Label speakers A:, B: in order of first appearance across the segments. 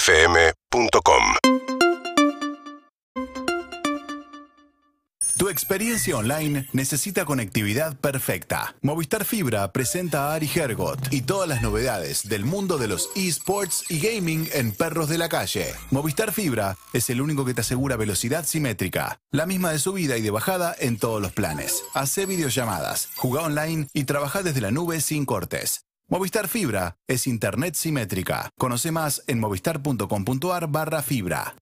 A: UrbanaPlayFM.com
B: Tu experiencia online necesita conectividad perfecta. Movistar Fibra presenta a Ari Hergot y todas las novedades del mundo de los esports y gaming en perros de la calle. Movistar Fibra es el único que te asegura velocidad simétrica, la misma de subida y de bajada en todos los planes. Hacé videollamadas, jugá online y trabaja desde la nube sin cortes. Movistar Fibra es internet simétrica. Conoce más en movistar.com.ar barra fibra.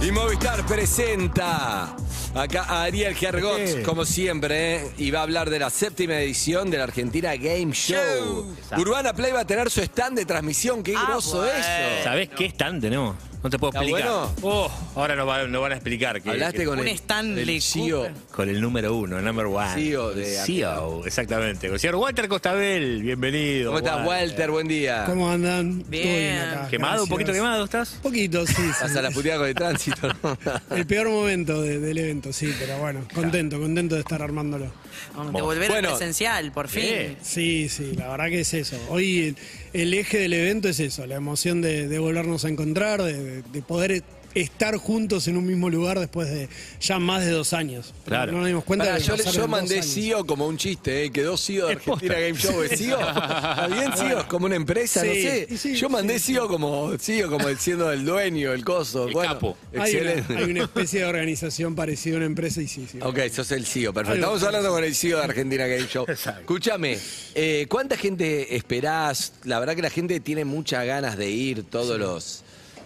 C: Y Movistar presenta acá a Ariel Gergot, como siempre, ¿eh? y va a hablar de la séptima edición de la Argentina Game Show. Urbana Play va a tener su stand de transmisión, qué
D: Ah,
C: groso eso.
E: ¿Sabés qué stand tenemos? No te puedo
C: ¿Está
E: explicar.
C: bueno?
E: Oh, ahora nos, va- nos van a explicar. Que,
C: Hablaste
E: que-
C: con
F: Un
C: el,
F: stand
C: el
F: de
C: CEO.
F: Cooper.
E: con el número uno, el number one.
C: CEO de-
E: CEO, exactamente. Con el señor Walter Costabel, bienvenido.
C: ¿Cómo estás, Walter? Buen día.
D: ¿Cómo andan? Todo
F: Bien.
D: acá,
E: ¿Quemado? ¿Un
D: gracias.
E: poquito quemado estás?
D: Poquito, sí. sí.
C: Vas a la puteada con el tránsito. ¿no?
D: El peor momento de- del evento, sí, pero bueno, contento, contento de estar armándolo.
F: Vamos, te volver
C: Bueno.
F: al presencial, por fin.
E: Sí.
D: Sí, sí, la verdad que es eso. Hoy el, el eje del evento es eso, la emoción de, de volvernos a encontrar, de, de- de poder e-, estar juntos en un mismo lugar después de ya más de dos años. Pero
E: Claro.
D: No nos dimos cuenta
C: Pará,
D: de que
C: yo,
D: pasaron
C: yo
D: dos
C: mandé
D: años.
C: CEO como un chiste, ¿eh? quedó CEO de
E: Es posta.
C: Argentina Game Show. ¿Es CEO? ¿Está bien CEO? Es como una empresa, no
D: Sí,
C: sé.
D: sí,
C: yo mandé
D: sí,
C: CEO como CEO, como el- siendo el dueño, el coso.
E: El
C: bueno,
E: capo.
D: Hay una,
C: Excelente.
D: hay una especie de organización parecida a una empresa y sí, sí.
C: Ok, sos el CEO, perfecto. Estamos
D: Algo así.
C: hablando con el CEO de Argentina Game Show. Escúchame, eh, ¿cuánta gente esperás? La verdad que la gente tiene muchas ganas de ir todos los...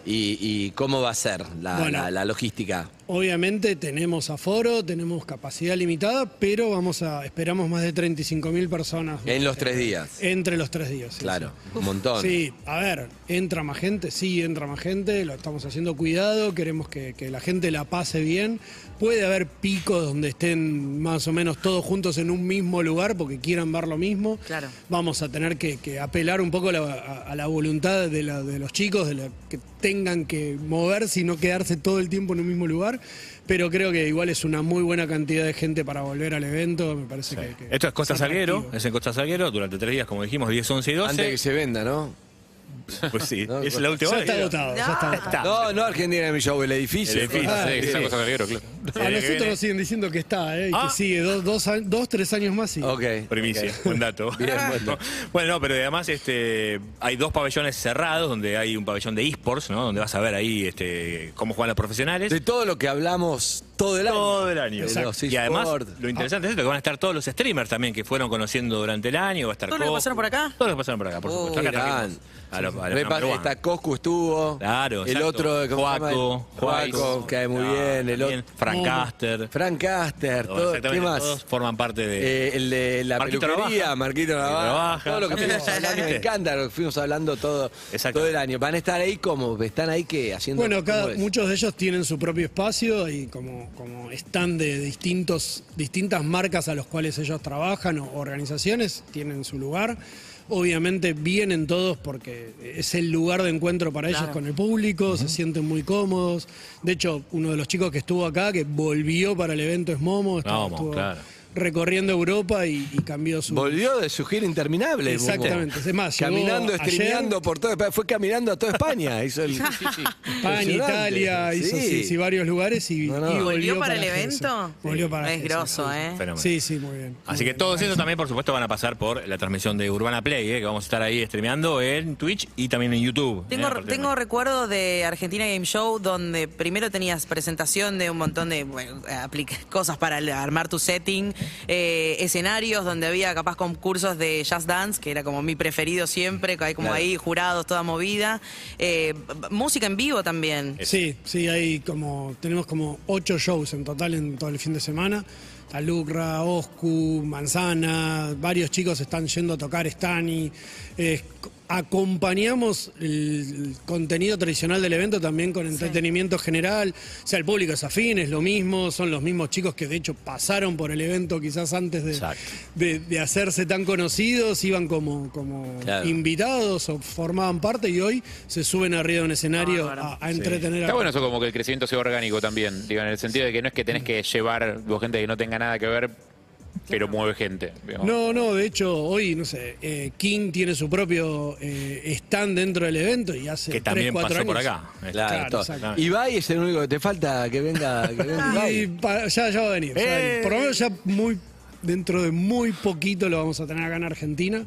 C: Y, y cómo va a ser la,
D: Bueno.
C: la- la logística?
D: Obviamente tenemos aforo, tenemos capacidad limitada, pero vamos a esperamos más de 35.000 personas.
C: En los tres días,
D: Entre los tres días. sí,
C: claro,
D: sí.
C: un montón.
D: Sí, a ver, entra más gente, sí, entra más gente, lo estamos haciendo cuidado, queremos que, que la gente la pase bien. Puede haber picos donde estén más o menos todos juntos en un mismo lugar porque quieran ver lo mismo.
F: Claro.
D: Vamos a tener que, que apelar un poco a la- a, a la voluntad de, la- de los chicos, de la- que tengan que moverse y no quedarse todo el tiempo en un mismo lugar. Pero creo que igual es una muy buena cantidad de gente para volver al evento, me parece que, que
E: Esto es Costa
D: es
E: Salguero,
D: atractivo.
E: es en Costa Salguero, durante tres días, como dijimos, 10, 11 y 12.
C: Antes de que se venda, ¿no?
E: Pues sí,
C: No,
E: es
C: pues-
E: la última
D: Ya
E: vez.
D: está agotado, ya está agotado.
E: Está.
C: Ah. No, no Argentina Game Show, el edificio.
E: El edificio,
C: Ah,
E: sí,
C: sí.
E: que está en Costa Salguero, claro.
D: A
E: El año que
D: Ah, nosotros
E: viene.
D: nos siguen diciendo que está, ¿eh? Y
E: Ah.
D: que sigue dos, dos, a- dos, tres años más y
C: Ok.
E: Primicia, buen dato.
C: Bien, buen dato.
E: bueno, no, pero además este, hay dos pabellones cerrados, donde hay un pabellón de esports, ¿no? Donde vas a ver ahí este, cómo juegan los profesionales.
C: De todo lo que hablamos todo el año.
E: Todo el año.
C: De
E: Exacto.
C: los
E: Y además,
C: eSports.
E: lo interesante es esto, que van a estar todos los streamers también que fueron conociendo durante el año. Va a estar
F: ¿Todos los que
E: Coco,
F: pasaron por acá?
E: Todos los que pasaron por acá, por
F: Oh,
E: supuesto. Acá
C: gran.
E: trajimos a los, a los
C: Me pa-
E: number one.
C: está Coscu estuvo.
E: Claro,
C: El
E: exacto.
C: otro, ¿cómo se llama?
E: Joaco,
C: Joaco,
E: Joaco,
C: cae muy
E: ah,
C: bien. El
E: también
C: otro. Mm.
E: Frank Caster.
C: Frank Caster,
E: Todo,
C: todo, ¿qué
E: exactamente,
C: más?
E: todos forman parte de...
C: Eh, el de la
E: Marquito
C: peluquería,
E: Navaja.
C: Marquito Navaja,
E: Navaja.
C: todo lo que fuimos
E: ¿Viste?
C: hablando, me encanta lo que fuimos hablando todo,
E: Exacto.
C: todo el año. Van a estar ahí como, están ahí que haciendo.
D: Bueno,
C: ¿cómo
D: cada,
C: es?
D: muchos de ellos tienen su propio espacio y como, como stand de distintos, distintas marcas a los cuales ellos trabajan o organizaciones, tienen su lugar. Obviamente vienen todos porque es el lugar de encuentro para ellos
F: Claro.
D: con el público, se sienten muy cómodos. De hecho, uno de los chicos que estuvo acá, que volvió para el evento es Momo, estuvo,
E: Momo,
D: estuvo
E: claro.
D: recorriendo Europa y, y cambió su...
C: Volvió de su gira interminable. Momo.
D: Exactamente, es más, llegó
C: Caminando,
D: ayer-
C: streameando por todo. Fue caminando a toda España. hizo el,
D: España, Italia, hizo sí, sí, varios lugares y,
C: No, no.
D: y
C: ¿Y
F: ¿Y volvió para el
D: Jerez.
F: evento?
D: Volvió para
F: Es
D: Jerez,
F: grosso,
D: sí.
F: ¿eh?
E: Fenómeno.
D: Sí, sí, muy bien.
E: Así que todos esos también, por supuesto, van a pasar por la transmisión de Urbana Play, eh, que vamos a estar ahí streameando en Twitch y también en YouTube. eh, a
F: Tengo,
E: partir de
F: tengo
E: mañana.
F: recuerdos de Argentina Game Show donde primero tenías presentación de un montón de bueno, aplica- cosas para el- armar tu setting, eh, escenarios donde había capaz concursos de jazz dance, que era como mi preferido siempre, que hay como
C: Claro.
F: ahí jurados, toda movida, Eh, b- b- música en vivo también.
D: Sí, sí, hay como, tenemos como ocho shows en total en todo el fin de semana. Está Lucra, Oscu, Manzana, varios chicos están yendo a tocar Stani. Eh, c- acompañamos el contenido tradicional del evento también con entretenimiento general. O sea, el público es afín, es lo mismo, son los mismos chicos que de hecho pasaron por el evento quizás antes de,
E: Exacto.
D: de- de hacerse tan conocidos, iban como, como
C: Claro.
D: invitados o formaban parte y hoy se suben arriba de un escenario
F: Bárbaro.
D: a, a entretener
G: Está
D: a
G: bueno eso como que el crecimiento sea orgánico también, digo, en el sentido de que no es que tenés que llevar vos gente que no tenga nada que ver pero mueve gente. digamos.
D: No, no, de hecho, hoy, no sé, eh, King tiene su propio eh, stand dentro del evento y hace.
E: que
D: tres,
E: también
D: cuatro
E: pasó por
D: años-
E: acá.
C: Claro,
D: Claro,
C: todo.
D: exacto.
C: Ibai es el único que te falta que venga, que venga
D: Y
C: Ibai.
D: pa- ya, ya va a venir. ya va a venir.
C: ¡Eh!
D: Por lo menos ya muy, dentro de muy poquito lo vamos a tener acá en Argentina.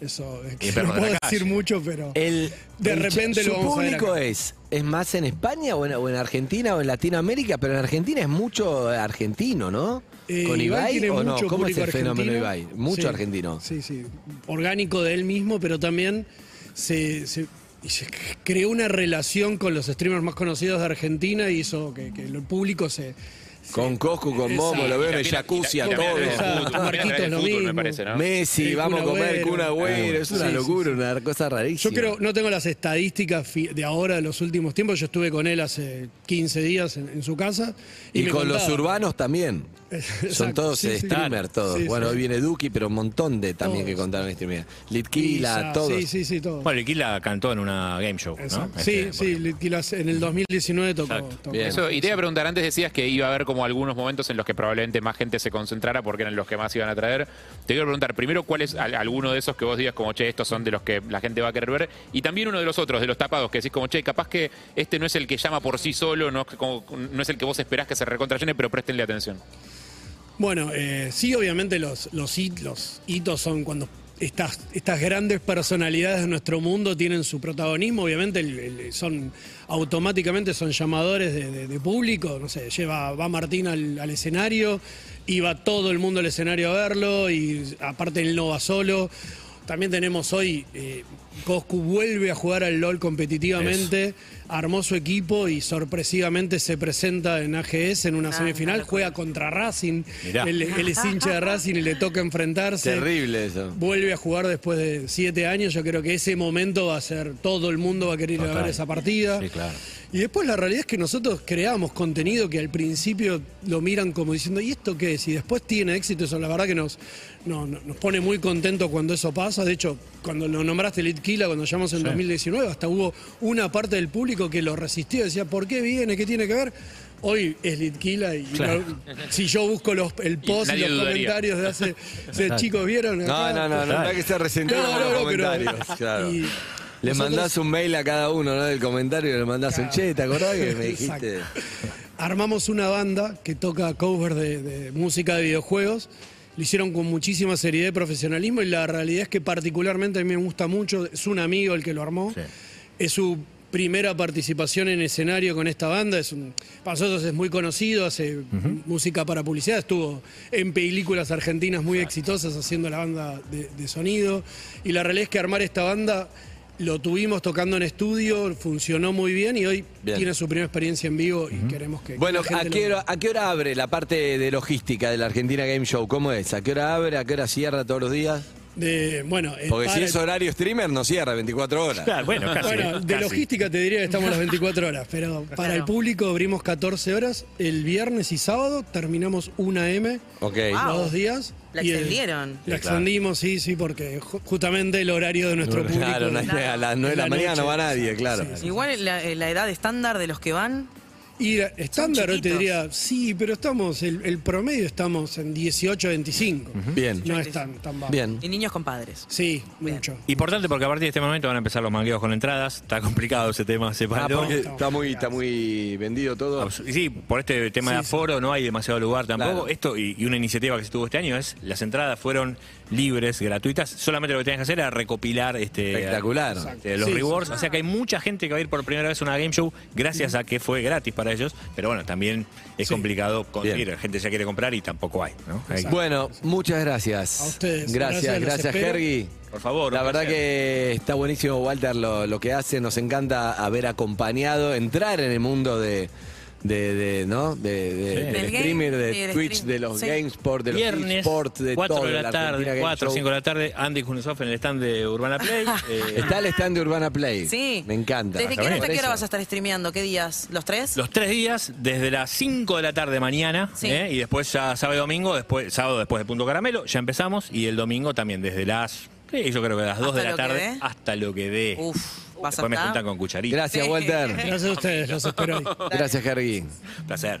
D: Eso es que
E: perro
D: no
E: de la
D: puedo
E: calle.
D: decir mucho, pero.
C: El,
D: de
C: el-
D: repente
C: su
D: lo vamos a ver
C: público
D: acá.
C: es es más en España o en, o en Argentina o en Latinoamérica, pero en Argentina es mucho argentino, ¿no?
D: Eh,
C: Con Ibai,
D: tiene
C: o no,
D: mucho
C: ¿cómo es
D: público
C: el fenómeno
D: argentino.
C: Ibai? Mucho
D: Sí,
C: argentino.
D: Sí, sí. Orgánico de él mismo, pero también se, se- y se creó una relación con los streamers más conocidos de Argentina y hizo que, que el público se. se-
C: Con Coscu, con Momo, lo veo en el
G: Exacto.
C: jacuzzi a
G: Y también- y
C: todos.
G: también atrae
D: Exacto.
G: el fútbol, también atrae
D: Marquitos
G: el
D: lo
G: fútbol, me
D: mismo.
G: parece, ¿no?
C: Messi,
D: Sí,
C: vamos a
D: Kun
C: comer
D: Agüero.
C: Kun Agüero, es una
D: Sí, sí,
C: locura, una cosa
D: Yo
C: rarísima.
D: creo, no tengo las estadísticas fi- de ahora, de los últimos tiempos. Yo estuve con él hace 15 días en, en su casa. Y,
C: Y,
D: me
C: con los
D: contaba.
C: urbanos también. Son
D: Exacto,
C: todos
D: sí, sí.
C: streamers, todos.
D: Sí,
C: bueno,
D: sí.
C: hoy viene Duki, pero un montón de también que
D: Todos.
C: contaron streaming. Litquila,
D: Isa,
C: todos.
D: Sí, sí, sí, todos.
E: Bueno, Liquila cantó en una game show, ¿no?
D: Exacto. sí,
E: Este,
D: sí, Litquilas en el 2019 tocó.
E: Exacto.
D: tocó.
C: Bien.
G: Eso, y te iba a preguntar, antes decías que iba a haber como algunos momentos en los que probablemente más gente se concentrara porque eran los que más iban a traer. Te quiero preguntar, primero, ¿cuál es al- alguno de esos que vos digas como, che, estos son de los que la gente va a querer ver? Y también uno de los otros, de los tapados, que decís como, che, capaz que este no es el que llama por sí solo, no, es como- no es el que vos esperás que se recontra llene, pero préstenle atención.
D: Bueno, eh, sí, obviamente los, los, hit- los hitos son cuando estas, estas grandes personalidades de nuestro mundo tienen su protagonismo, obviamente el- el- son automáticamente son llamadores de, de- de público, no sé, lleva, va Martín al, al escenario y va todo el mundo al escenario a verlo y aparte él no va solo. También tenemos hoy, eh, Coscu vuelve a jugar al LOL competitivamente, armó su equipo y sorpresivamente se presenta en AGS en una
F: Ah,
D: semifinal,
F: una
D: juega contra Racing,
E: Mirá.
D: él, él es hincha de Racing y le toca enfrentarse.
C: Terrible eso.
D: Vuelve a jugar después de siete años. Yo creo que ese momento va a ser. Todo el mundo va a querer ir a
E: Total.
D: ver esa partida.
E: Sí, claro.
D: Y después la realidad es que nosotros creamos contenido que al principio lo miran como diciendo, ¿y esto qué es? Y después tiene éxito. Eso la verdad que nos, no, no- nos pone muy contentos cuando eso pasa. De hecho, cuando lo nombraste Litquila, cuando llamamos en 2019, hasta hubo una parte del público que lo resistió. Decía, ¿por qué viene? ¿Qué tiene que ver? Hoy es Litquila y no- si yo busco los, el post y,
G: nadie
D: los
G: dudaría.
D: comentarios de hace... o sea, chicos, ¿vieron?
C: No,
D: acá?
C: no, no, no, no hay que ser resentido
D: No,
C: con
D: no,
C: los
D: no, pero-
C: comentarios. claro.
D: y
C: Le
D: nosotros-
C: mandás un mail a cada uno, ¿no? Del comentario, le mandás un che, ¿te acordás que me
D: Exacto.
C: dijiste?
D: Armamos una banda que toca cover de, de música de videojuegos. Lo hicieron con muchísima seriedad y profesionalismo y la realidad es que particularmente a mí me gusta mucho. Es un amigo el que lo armó. Es su primera participación en escenario con esta banda. Es un- para nosotros es muy conocido, hace música para publicidad. Estuvo en películas argentinas muy exitosas haciendo la banda de- de sonido. Y la realidad es que armar esta banda... Lo tuvimos tocando en estudio, funcionó muy bien y hoy
C: Bien.
D: tiene su primera experiencia en vivo y queremos que. que
C: Bueno,
D: la gente
C: ¿a
D: lo
C: qué,
D: vea.
C: hora, ¿a qué hora abre la parte de logística de la Argentina Game Show? ¿Cómo es? ¿A qué hora abre? ¿A qué hora cierra todos los días?
D: De, bueno, eh,
C: Porque si
D: para-
C: es horario streamer, no cierra 24 horas.
E: Claro, Ah, bueno, casi.
D: Bueno, de
E: casi.
D: logística te diría que estamos las 24 horas, pero para el público abrimos 14 horas el viernes y sábado, terminamos 1 M
C: Ok.
F: Wow.
D: los dos días.
F: La
D: y el-
F: extendieron.
D: la extendimos, sí, sí, porque ju- justamente el horario de nuestro público.
C: Claro, no hay- a las 9 de la,
D: en
C: mañana no va
D: noche.
C: nadie, claro.
F: Igual la, eh, la edad estándar de los que van.
D: Y la- estándar hoy te
F: chiquitos.
D: diría, sí, pero estamos, el, el promedio estamos en 18, 25.
C: Bien.
D: No es tan, tan bajo.
C: Bien.
F: Y niños con padres.
D: Sí, mucho.
E: Importante porque a partir de este momento van a empezar los mangueos con entradas. Está complicado ese tema, se
C: Ah,
E: paró.
C: porque está muy, está muy vendido todo.
E: Abs- y Sí, por este tema de aforo no hay demasiado lugar tampoco.
C: Claro.
E: Esto y, y una iniciativa que se tuvo este año es las entradas fueron libres, gratuitas. Solamente lo que tenías que hacer era recopilar este,
C: Espectacular.
E: este, los
D: Sí,
E: rewards. O sea que hay mucha gente que va a ir por primera vez a una game show gracias a que fue gratis para ellos. Pero bueno, también es
D: Sí.
E: complicado conseguir.
C: Bien.
E: La gente ya quiere comprar y tampoco hay. ¿no? Hay-
C: Bueno, muchas gracias.
D: A ustedes.
C: Gracias,
D: Gracias, los
C: gracias,
D: espero.
C: Hergy.
E: Por favor,
C: La
E: un
C: verdad
E: placer.
C: que está buenísimo, Walter, lo, lo que hace. Nos encanta haber acompañado, entrar en el mundo de. De, de- ¿no? de, de- del
F: Del game,
C: streamer, de
F: sí, del
C: Twitch,
F: stream,
C: de los
F: sí.
C: GameSport, de los
E: Viernes,
C: eSports, de
E: 4
C: todo.
E: de la
C: Argentina
E: tarde,
C: Game
E: 4 o
C: Show.
E: 5 de la tarde, Andy Kuznetsov en el stand de Urbana Play. eh,
C: Está el stand de Urbana Play.
F: Sí.
C: Me encanta.
F: ¿Desde qué hora hasta
C: Por
F: qué hora
C: eso.
F: vas a estar streameando? ¿Qué días? ¿Los tres?
E: Los tres días, desde las 5 de la tarde mañana,
F: Sí.
E: ¿eh? y después ya sábado y domingo, después, sábado después de Punto Caramelo, ya empezamos, y el domingo también desde las, ¿qué? yo creo que las 2
F: Hasta
E: de la
F: lo que
E: tarde
F: dé.
E: hasta lo que dé.
F: Uf, vas a
E: después me juntan
F: estar.
E: con cucharita.
C: Gracias,
F: Sí.
C: Walter.
D: Gracias a ustedes, los espero ahí.
C: Gracias, Hergy.
E: Placer.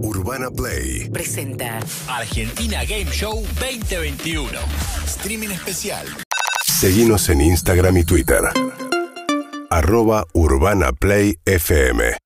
A: Urbana Play
H: Presenta
I: Argentina Game Show 2021.
B: Streaming especial.
A: Seguinos en Instagram y Twitter Arroba Urbana Play FM